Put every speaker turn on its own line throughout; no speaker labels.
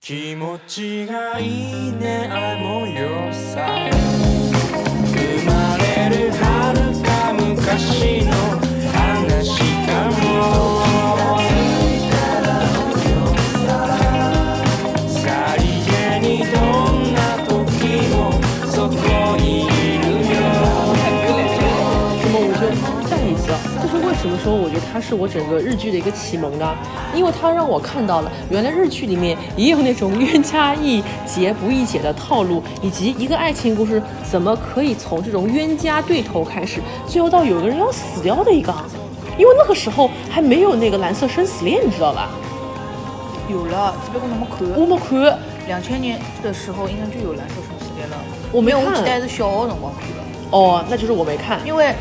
気持ちがいいね愛もよさ生まれる遥か昔の話かもさりげにどんな時もそこにいるよ
那么我就站一下，就是为什么说我觉得它是我整个日剧的一个启蒙呢？因为它让我看到了原来日剧里面也有那种冤家宜解不宜解的套路，以及一个爱情故事怎么可以从这种冤家对头开始，最后到有个人要死掉的一个，因为那个时候还没有那个蓝色生死恋，你知道吧？
有了，只不过那么
我
看，
没看，
两千年的时候应该就有蓝色生死恋了。
我没
因为我
看
记得还是小学辰光看的，
哦，那就是我没看。
因为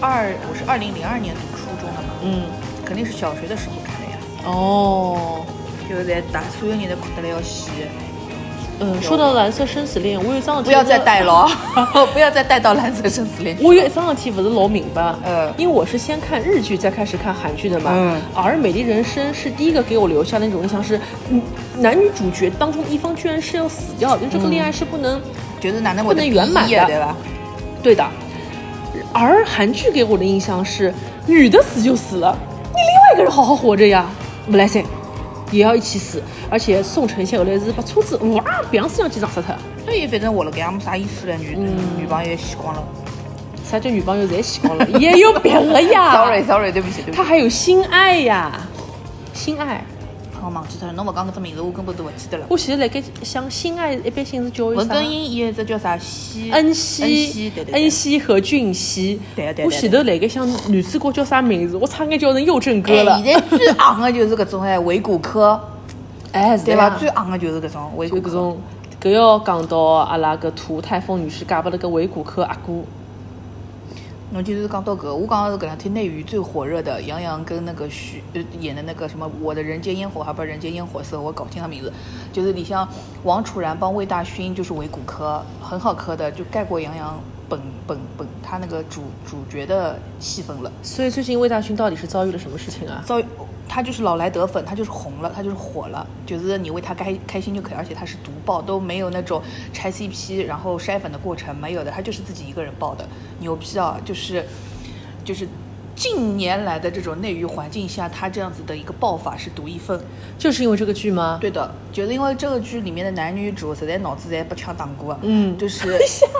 二我是二零零二年读初中的嘛，
嗯，
肯定是小学的时候看的呀。
哦。
就是在大所有人侪看得来要死，
嗯，说到蓝色生死恋，我有桩事体
不要再带了，哦， 不要再带到蓝色生死恋去。
我有一桩事体不是老明白，
嗯
因为我是先看日剧，再开始看韩剧的嘛，
嗯
而《美丽人生》是第一个给我留下那种印象是，嗯，男女主角当中一方居然是要死掉，因为这个恋爱是不能、
就是哪能会
不能圆满的
对吧？
对的，而韩剧给我的印象是，女的死就死了，你另外一个人好好活着呀，不来三也要一起死，而且宋承宪后来是把车子哇，砰死上去撞死他，
所以反正活了，搿也没啥意思了，女
嗯
女朋友也死光了。
啥叫女朋友侪死光 了，也有别个呀
Sorry Sorry，对不起对不
啊他
起，
还有心爱呀，心爱。
我忘记脱了，侬勿讲搿只名字，我根本都勿记得了。
我现在辣盖想，心爱一般性是叫
文
啥？
根英演一只叫啥西
恩
恩
熙
熙对对，对
恩熙和俊熙。
对啊对啊
我前头辣盖想女主角叫啥名字，我差眼叫成佑正哥了
哎，。现在最昂的就是搿种哎维骨 科，
哎，是
对
吧
伐？？最昂的就是搿种维
就
骨
搿
科。
种，搿要讲到阿拉搿土泰丰女士嫁拨了个维骨科阿哥。
侬就是讲到搿，我讲的是搿两天内娱最火热的杨洋跟那个徐呃演的那个什么《我的人间烟火》，还不是《人间烟火色》，我搞不清他名字。就是里向王楚然帮魏大勋就是为骨科，很好磕的，就盖过杨洋本本本他那个主主角的戏份了。
所以最近魏大勋到底是遭遇了什么事情啊？
遭遇他就是老莱德粉，他就是红了，他就是火了，就是你为他开开心就可以，而且他是独爆，都没有那种拆 CP 然后筛粉的过程，没有的，他就是自己一个人爆的，牛逼啊！就是就是近年来的这种内娱环境下，他这样子的一个爆法是独一份。
就是因为这个剧吗？
对的，就是因为这个剧里面的男女主实在脑子侪被枪打过，
嗯
就是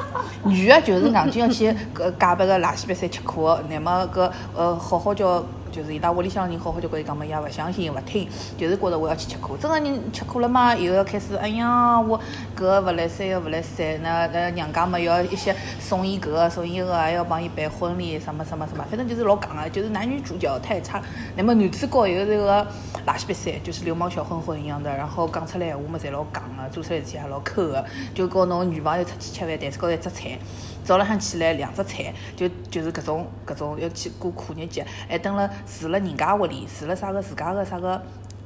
女的，就是硬劲要去搿嫁拨个垃圾瘪三吃苦 的，那么搿呃好好叫。就是伊拉屋里向人好好叫跟伊讲嘛，伊也勿相信，勿听，就是觉着我要去吃苦。真个人吃苦了嘛，以后要开始，哎呀，我搿勿来三，个勿来三，那那娘家嘛要一些送伊搿个送伊个，还要帮伊办婚礼，什么什么什么，反正就是老戆个，就是男女主角太差了。那么男主角又是个垃圾瘪三，就是流氓小混混一样的，然后讲出来闲话嘛侪老戆个，做出来事体也老抠个，就告侬女朋友出去吃饭，台子高头一只菜，早浪向起来两只菜，就就是搿种搿种要去过苦日节，还等了住了人家屋里，住了啥个自家个啥个。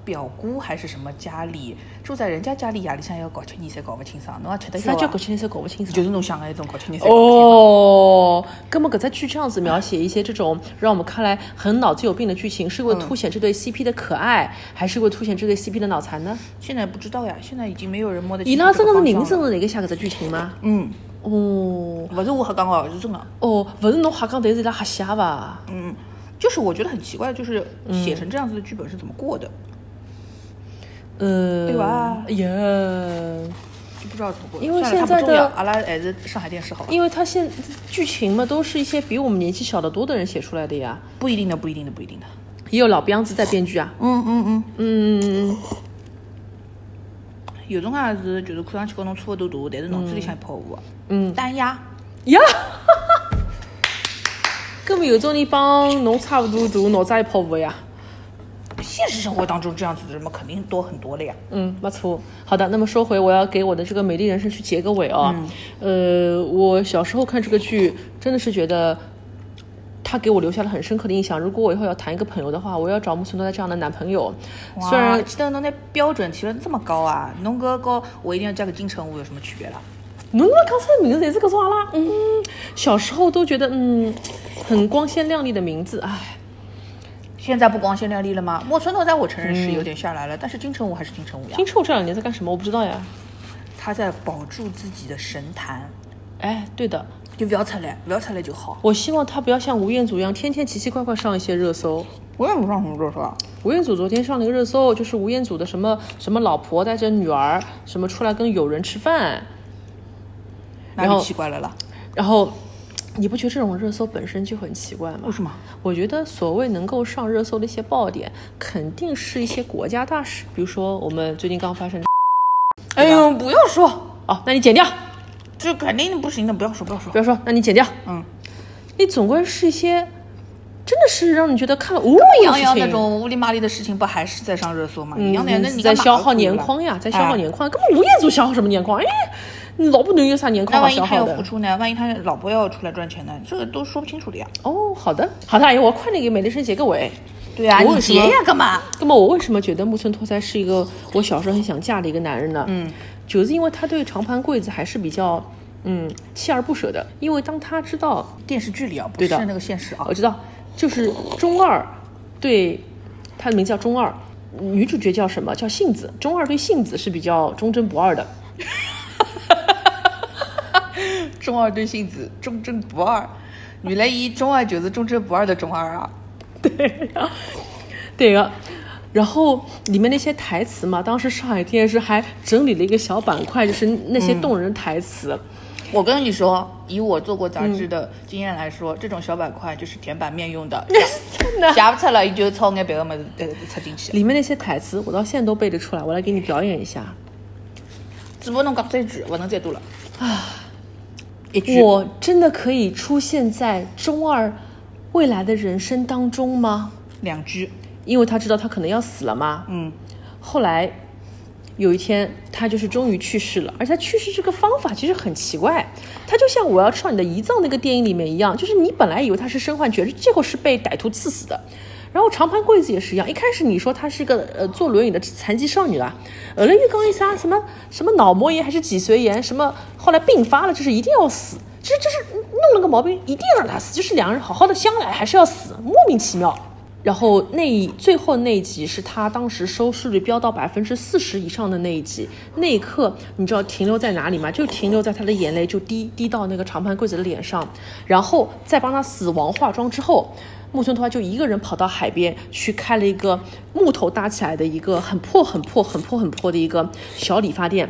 表姑还是什么家里住在人家家里夜里向要搞吃，你侪搞不清爽，侬也吃得消
啥
啊
叫搿清才搞不清楚？
就是侬想的那种搞清你才搞不清爽。
哦，那么搿只剧这样子描写一些这种让我们看来很脑子有病的剧情，是为了凸显这对 CP 的可爱，还是为了凸显这对 CP 的脑残呢？
现在不知道呀，现在已经没有人摸得清
伊
楚
拉
这
真
个
的是
方向
认真
了。
的辣盖写搿只剧情吗？
嗯，
哦
不是我瞎讲哦，是真的。
哦，勿是侬瞎讲，但是伊拉瞎写伐？
嗯，就是我觉得很奇怪，就是
嗯
写成这样子的剧本是怎么过的，
呃，
对吧
哎呀，
就不知道怎么过的。
因为
算了
现在
它不重要
的
阿拉还是上海电视好吧？
因为他现剧情嘛，都是一些比我们年纪小得多的人写出来的呀，
不一定的，不一定的，不一定的。
也有老样子在编剧啊。
嗯嗯嗯，
嗯，
有种也是，就是看上去跟侬差不多大，但是脑子里向一泡啊糊。
嗯，
单压。
呀，根本有种人帮侬差不多大，脑子也泡糊呀。
现实生活当中这样子的人嘛，肯定多很多了呀。
嗯，没错。好的，那么说回我要给我的这个美丽人生去结个尾哦。呃，我小时候看这个剧，真的是觉得。他给我留下了很深刻的印象。如果我以后要谈一个朋友的话，我要找木村拓哉这样的男朋友。
哇
虽然
记得侬那标准提了这么高啊，侬搿和我一定要嫁给金城武有什么区别了？
侬搿讲出来名字侪是搿种阿拉，嗯，小时候都觉得嗯，很光鲜亮丽的名字，唉，
现在不光鲜亮丽了吗？莫村拓哉我承认是有点下来了，但是金城武还是金城武
嗯
呀
金，臭这两年在干什么？我不知道呀。
他在保住自己的神坛，
哎，对的，
就不要出来，不要出来就好。
我希望他不要像吴彦祖一样，天天奇奇怪怪上一些热搜。
我也不上什么热搜啊，
吴彦祖昨天上了一个热搜，就是吴彦祖的什么什么老婆带着女儿什么出来跟友人吃饭，
哪
然
里
后
奇怪了啦？
然后你不觉得这种热搜本身就很奇怪吗？
为什么？
我觉得所谓能够上热搜的一些爆点，肯定是一些国家大事，比如说我们最近刚发生的，
哎呦，不要说，
哦，那你剪掉，
这肯定不行的，不要说，不要说
不。要说，那你剪掉，
嗯，
你总归是一些。真的是让你觉得看了无
沸
聊的
羊
事
羊
情
那种无理骂力的事情，不还是在上热搜吗？一
嗯
样的呀，那你
在
干嘛
消
搞
耗
这个
年
了
框呀，在消耗年框，根本吴彦祖消耗什么年框？哎，你老不能有啥年
那
框好
万一
消
他
耗
要
的
付。出呢？万一他老婆要出来赚钱呢？这个都说不清楚的呀。
哦，好的，好的，阿姨，我快点给美丽生结个尾。
对呀、
我
你
为什
结
么
呀干嘛？
那么我为什么觉得木村拓哉是一个我小时候很想嫁的一个男人呢？嗯，就是因为他对长盘贵子还是比较嗯锲而不舍的，因为当他知道
电视剧里啊，不
对
是
的
那个现实啊
我。知道，就是中二对，他的名字叫中二，女主角叫什么？叫杏子。中二对杏子是比较忠贞不二的。
中二对性子，忠贞不二。原来伊中二就是忠贞不二的中二啊。
对啊，然后里面那些台词嘛，当时上海电视还整理了一个小板块，就是那些动人的台词。
我跟你说，以我做过杂
嗯
志的经验来说，这种小板块就是填版面用 的，
的
写不出来，伊就抄眼别的么子呃插进去。
里面那些台词我到现在都背得出来，我来给你表演一下。
只不过侬讲这句，不能再多了。啊，一句
我真的可以出现在中二未来的人生当中吗？
两句，
因为他知道他可能要死了嘛。
嗯，
后来有一天，他就是终于去世了，而他去世这个方法其实很奇怪，他就像《我要吃你的胰脏》那个电影里面一样，就是你本来以为他是身患绝症，结果是被歹徒刺死的。然后长盘贵子也是一样，一开始你说她是个呃坐轮椅的残疾少女啦，后来又讲一啥什么什么脑膜炎还是脊髓炎，什么后来并发了，就是一定要死，就是就是弄了个毛病，一定要让她死，就是两个人好好的相爱还是要死，莫名其妙。然后那一最后那一集是他当时收视率飙到百分之四十以上的那一集，那一刻你知道停留在哪里吗？就停留在他的眼泪就滴滴到那个长盘贵子的脸上，然后再帮他死亡化妆之后，木村拓哉就一个人跑到海边去开了一个木头搭起来的一个很破很破很破很破的一个小理发店。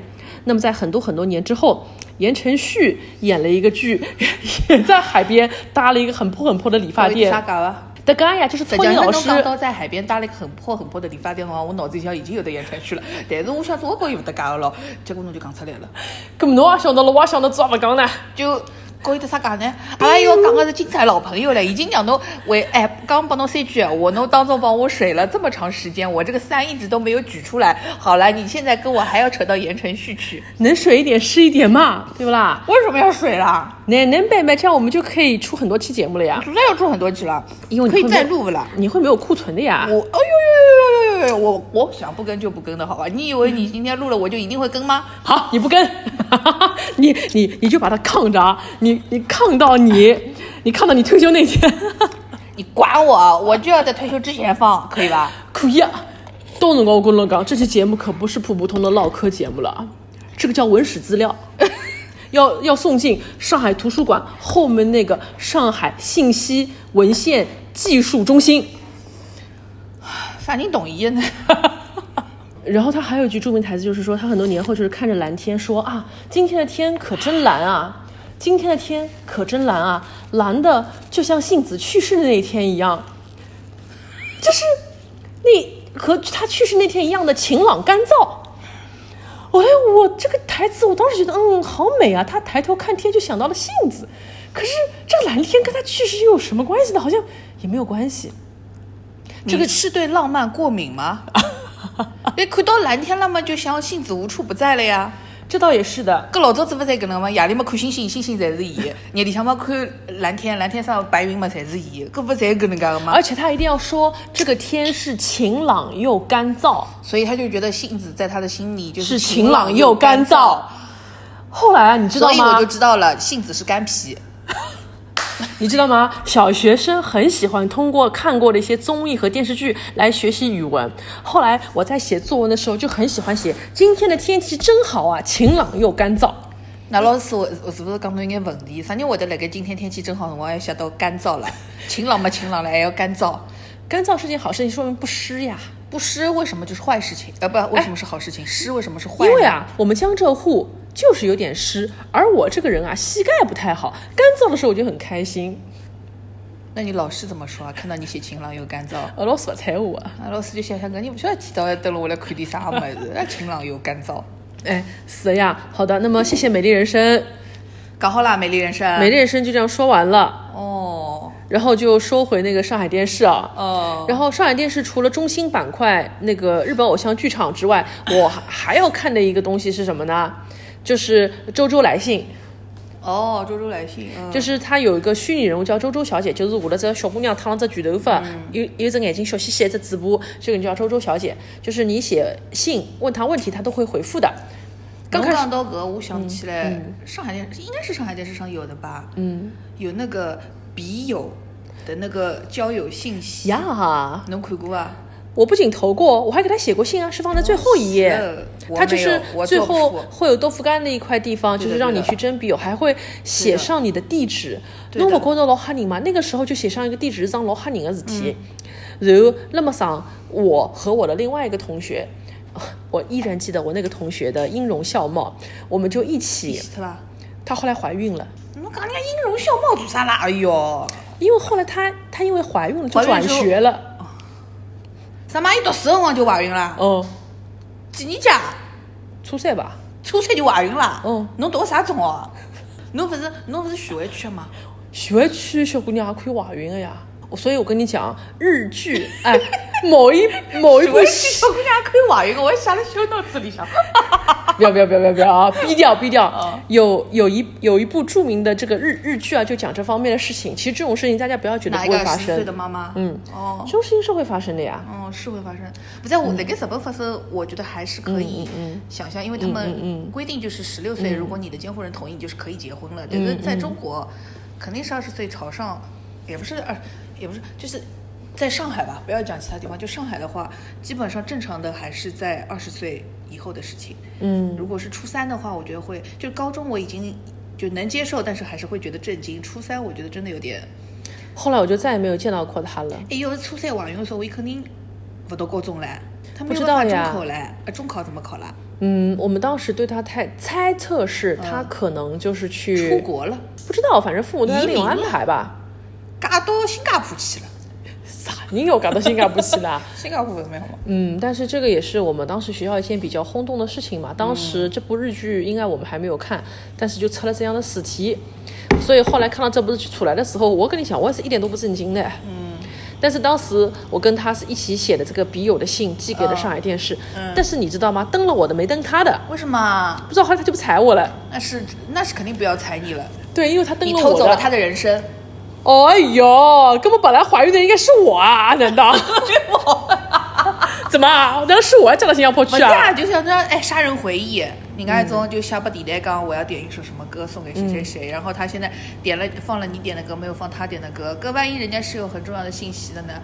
那么在很多很多年之后，言承旭演了一个剧， 也在海边搭了一个很破很破的理发
到底
店
啥。讲啊？
大概呀，就是
实
托
际
尼
上，
老
侬
师
讲到在海边搭了一个很破很破的理发店的话，我脑子里向已经有得言承旭了。但是我想说，我觉伊勿搭界个咯，结果侬就讲出来了。
咁侬也晓得了，我也晓得，咋不讲呢？
就搞伊搭啥讲呢？阿拉要讲个是精彩老朋友了，已经让侬为哎刚帮侬三句闲话，侬当中帮我水了这么长时间，我这个三一直都没有举出来。好了，你现在跟我还要扯到言承旭去，
能水一点是一点嘛，对不啦？
为什么要水啦？
能能呗呗，这样我们就可以出很多期节目了呀。
实在要做很多期了，
因为你
可以
会
再
没有
录不啦？
你会没有库存的呀。
我哎呦呦呦呦呦呦！我我想不跟就不跟的好吧？你以为你今天录了我就一定会跟吗？
好，你不跟， 你你你就把它抗着啊，你你抗到你，你抗到你退休那天，
你管我，我就要在退休之前放，可以吧？
可以啊。都能够跟侬讲，这期节目可不是普普通的唠嗑节目了啊，这个叫文史资料，要要送进上海图书馆后门那个上海信息文献技术中心。
啥人懂伊呢？
然后他还有一句著名台词，就是说他很多年后就是看着蓝天说啊，今天的天可真蓝啊，今天的天可真蓝啊，蓝的就像杏子去世的那一天一样，就是那和他去世那天一样的晴朗干燥。哎，我这个台词，我当时觉得嗯好美啊，他抬头看天就想到了杏子，可是这个蓝天跟他去世又有什么关系呢？好像也没有关系。
这个是对浪漫过 敏吗？你看到蓝天了嘛，就想杏子无处不在了呀。
这倒也是的，
搿老早子勿侪搿能嘛，夜里嘛看星星，星星侪是伊；夜里向嘛看蓝天，蓝天上白云嘛侪是伊。搿勿侪搿能介个嘛
而？且他一定要说这个天是晴朗又干燥。
所以他就觉得杏子在他的心里就是晴
晴
朗
朗又
干
干燥。后来啊，你知道
所以我
吗
就？知道了，杏子是干皮。
你知道吗？小学生很喜欢通过看过的一些综艺和电视剧来学习语文。后来我在写作文的时候就很喜欢写今天的天气真好啊，晴朗又干燥。
那老师，我我是不是讲到有眼问题？啥人会得辣盖今天天气真好辰光还想到干燥了？ 晴朗嘛晴朗了，哎还要干燥？
干燥是件好事情，说明不湿呀。
不湿为什么就是坏事情？呃，不，为什么是好事
哎
情？湿为什么是坏？
因为，啊，我们江浙沪就是有点湿，而我这个人啊，膝盖不太好，干燥的时候我就很开心。
那你老师怎么说啊？看到你写晴朗又干燥，
俄罗斯不睬我啊。
那老师就想想搿，你勿晓得提到要等了我来看点啥物事？那晴朗又干燥，
哎，是的呀。好的，那么谢谢美丽人生，
讲好啦，美丽人生，
美丽人生就这样说完了，
哦
然后就说回那个上海电视啊。
哦，
然后上海电视除了中心板块那个日本偶像剧场之外，我还还要看的一个东西是什么呢？就是《周周来信》。
哦，周周来信，嗯
就是她有一个虚拟人物叫周周小姐，就是下了只小姑娘烫了只卷头发，有有一只眼睛小兮兮，一只嘴巴，这个人叫周周小姐。就是你写信问她问题，她都会回复的。刚
侬
开始
讲到搿，我想起来嗯上海电视应该是上海电视上有的吧？
嗯
有那个笔友的那个交友信息，
呀，
侬看过伐？啊
我不仅投过，我还给她写过信啊，是放在最后一页。
嗯我
它就
没有
是
我
最
做不
后
出
会有豆腐干那一块地方，就
对
是
的
让
对
你
的
去征笔友，还会写
的
上你的地址。
对
侬
的
勿觉着老吓人嘛？那个时候就写上一个地址是桩老吓人个事体。
嗯
然后那么上，我和我的另外一个同学， 我依然记得我那个同学的音容笑貌，我们就一起。
是伐？
她后来怀孕了，
侬讲人家音容笑貌做啥啦？哎哟，
因为后来她她因为怀孕了就
怀孕
转
之后
学了。
啥嘛？伊读书辰光就怀孕啦？
哦，
几年级啊？
初三吧？
初三就怀孕啦？
嗯
侬读个啥中学啊？侬勿是侬勿是徐汇区的吗？
徐汇区小姑娘还可以怀孕的呀。我所以，我跟你讲，日剧， 哎，某一某一
徐
部
汇区
戏
小姑娘可以怀孕的，我还写了小脑子里向。
不要不要不要不要不要啊！逼掉逼
哦
掉。有有一有一部著名的这个日日剧啊，就讲这方面的事情。其实这种事情大家不要觉得
哪
不
一
会
个
发
十岁的
生，
妈妈？
嗯，
哦
这。种事情是会发生的呀。
哦，是会发生，不在我
嗯
那个日本发生，我觉得还是可以想象，因为他
嗯
们规定就是十六岁，如果你的监护人同意，你就是可以结婚了。
嗯
但是在中国，肯定是二十岁朝上，也不是二，也不是就是。在上海吧，不要讲其他地方，就上海的话，基本上正常的还是在二十岁以后的事情。
嗯，
如果是初三的话，我觉得会，就高中我已经就能接受，但是还是会觉得震惊。初三我觉得真的有点，
后来我就再也没有见到过他了。
哎呦，初三怀孕的时候，我肯定不到高中嘞，他没
不
有
知
办法
道
中
呀
考嘞，啊，中考怎么考啦？
嗯，我们当时对他太猜测是他可能就是去
嗯出，国了，
不知道，反正父母对他
移
另有
民啊
安
了
排吧。
嫁到新加坡去了，
啥人有搞到新加坡去啦？
新加坡有没有嘛？
嗯，但是这个也是我们当时学校一件比较轰动的事情嘛。
嗯
当时这部日剧应该我们还没有看，但是就出了这样的死题，所以后来看到这部日剧出来的时候，我跟你讲，我也是一点都不震惊的。嗯。但是当时我跟他是一起写的这个笔友的信，寄给了上海电视。
嗯
嗯但是你知道吗？登了我的，没登他的，
为什么？
不知道后来他就不睬我了。
那是那是肯定不要踩你了，
对，因为他登
你
了我的。
偷走了他的人生。
哦哎呦，根本本来怀孕的应该是我啊？难 道？ 怎么啊？难道是我嫁到新加坡
不
去
是
啊？
啊，就像这样，哎，杀人回忆，人家一种就下不地来讲，我要点一首什么歌送给谁谁谁，然后他现在点了放了你点的歌，没有放他点的歌，歌万一人家是有很重要的信息的呢？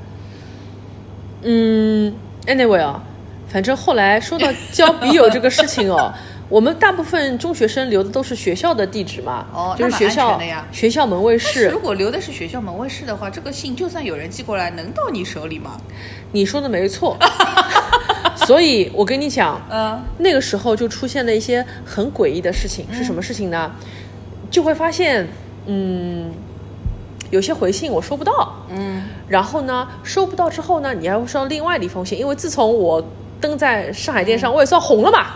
嗯，anyway 啊，反正后来说到交笔友这个事情 哦，我们大部分中学生留的都是学校的地址嘛，
哦
就是
那蛮
学
安
校
全的呀
学校门卫室
如。果留的 是学校门卫室的话，这个信就算有人寄过来，能到你手里吗？
你说的没 错，所以我跟你讲，
嗯，
那个时候就出现了一些很诡异的事情，是什么事情呢？就会发现，嗯，有些回信我收不到，嗯，然后呢，收不到之后呢，你还会收到另外的一封信，因为自从我登在上海电商，我也算红了嘛，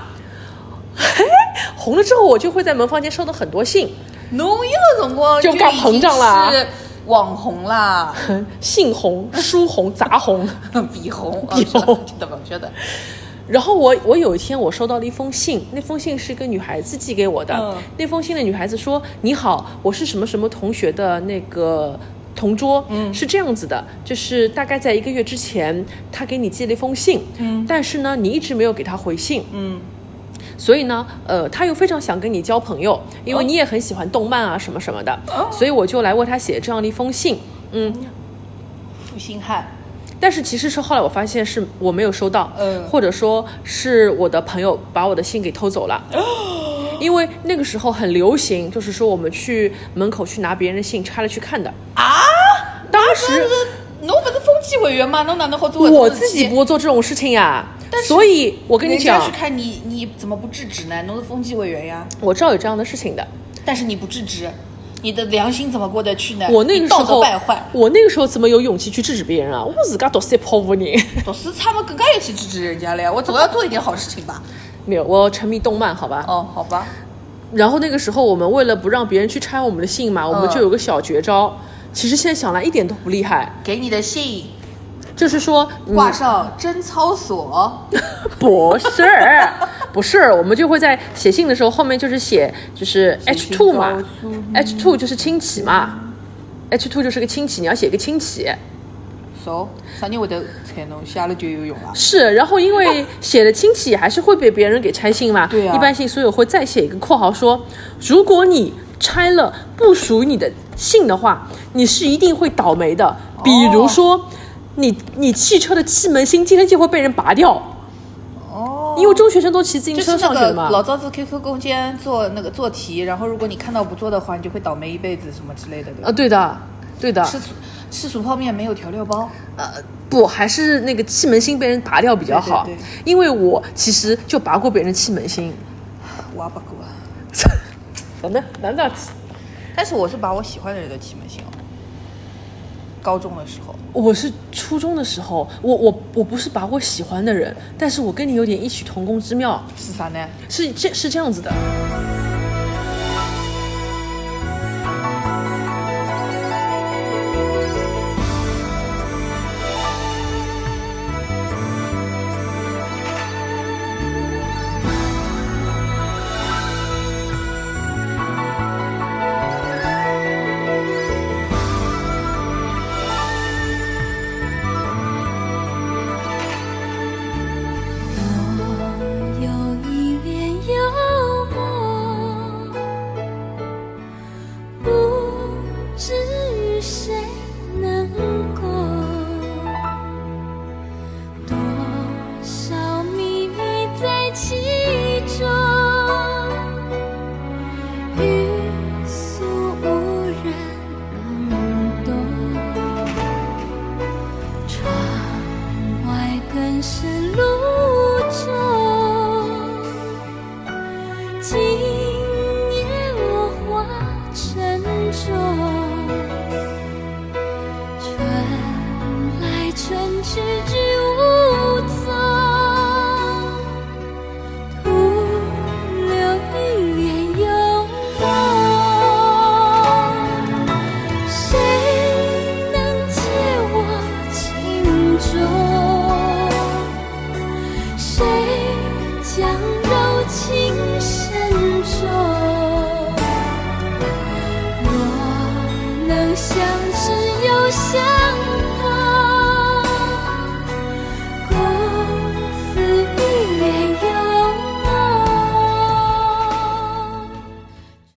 红了之后，我就会在门房间收到很多信，
侬一个辰光
就
已
搞膨
经
胀啦
是网红啦，
信红、书红、杂红。
比红，
比红
哦，晓得吧？晓得，
然后我我有一天我收到了一封信，那封信是一个女孩子寄给我的。
嗯
那封信的女孩子说：“你好，我是什么什么同学的那个。”同桌，嗯，是这样子的，就是大概在一个月之前，他给你寄了一封信，嗯，但是呢，你一直没有给他回信，
嗯，
所以呢，呃，他又非常想跟你交朋友，因为你也很喜欢动漫啊什么什么的，所以我就来为他写这样的一封信，嗯，
负心汉，
但是其实是后来我发现是我没有收到，
嗯
或者说是我的朋友把我的信给偷走 了。因为那个时候很流行，就是说我们去门口去拿别人的信拆了去看的啊。当时
侬不是风纪委员吗？侬哪能好做这
我
种事
自
体
己不会做这种事情呀、
但是
所以我跟你
人
讲
家去，看你，你怎么不制止呢？侬是风纪委员呀，
我知道有这样的事情的。
但是你不制止，你的良心怎么过得去呢？
我那个
你
时
哎道德
候
败坏，，
我那个时候怎么有勇气去制止别人啊？我自家读书也跑五年。
老师他们更加要去制止人家了呀。我总要做一点好事情吧。
没有，我沉迷动漫，好吧。
哦，好吧，
然后那个时候，我们为了不让别人去拆我们的信嘛，我们
嗯
就有个小绝招。其实现在想来一点都不厉害，
给你的信
就是说你
挂上贞操锁，
不是 不是，我们就会在写信的时候后面就是写就是 H two 嘛，H two 就是亲戚嘛，H two 就是个亲戚，你要写个亲戚。
熟，啥人会得睬侬？瞎了就有用啊。
是，然后因为写了亲戚还是会被别人给拆信嘛。
对啊
一般性，所以我会再写一个括号说，如果你拆了不属于你的信的话，你是一定会倒霉的。比
哦
如说，你你汽车的气门芯今天就会被人拔掉，
哦
因为中学生都骑自行
就
车
是那
上学
个
的嘛。
老早子 QQ 空间做那个做题，然后如果你看到不做的话，你就会倒霉一辈子什么之类的，对吧
啊，？对的，对的。
吃薯吃薯泡面没有调料包，
呃，不，还是那个气门芯被人拔掉比较好，
对对对
因为我其实就拔过别人的气门芯。
我也不啊过。
真的，难道？
但是我是把我喜欢的人的气门芯哦，高中的时候，
我是初中的时候，我我我不是把我喜欢的人，但是我跟你有点异曲同工之妙，
是啥呢？
是这是这样子的。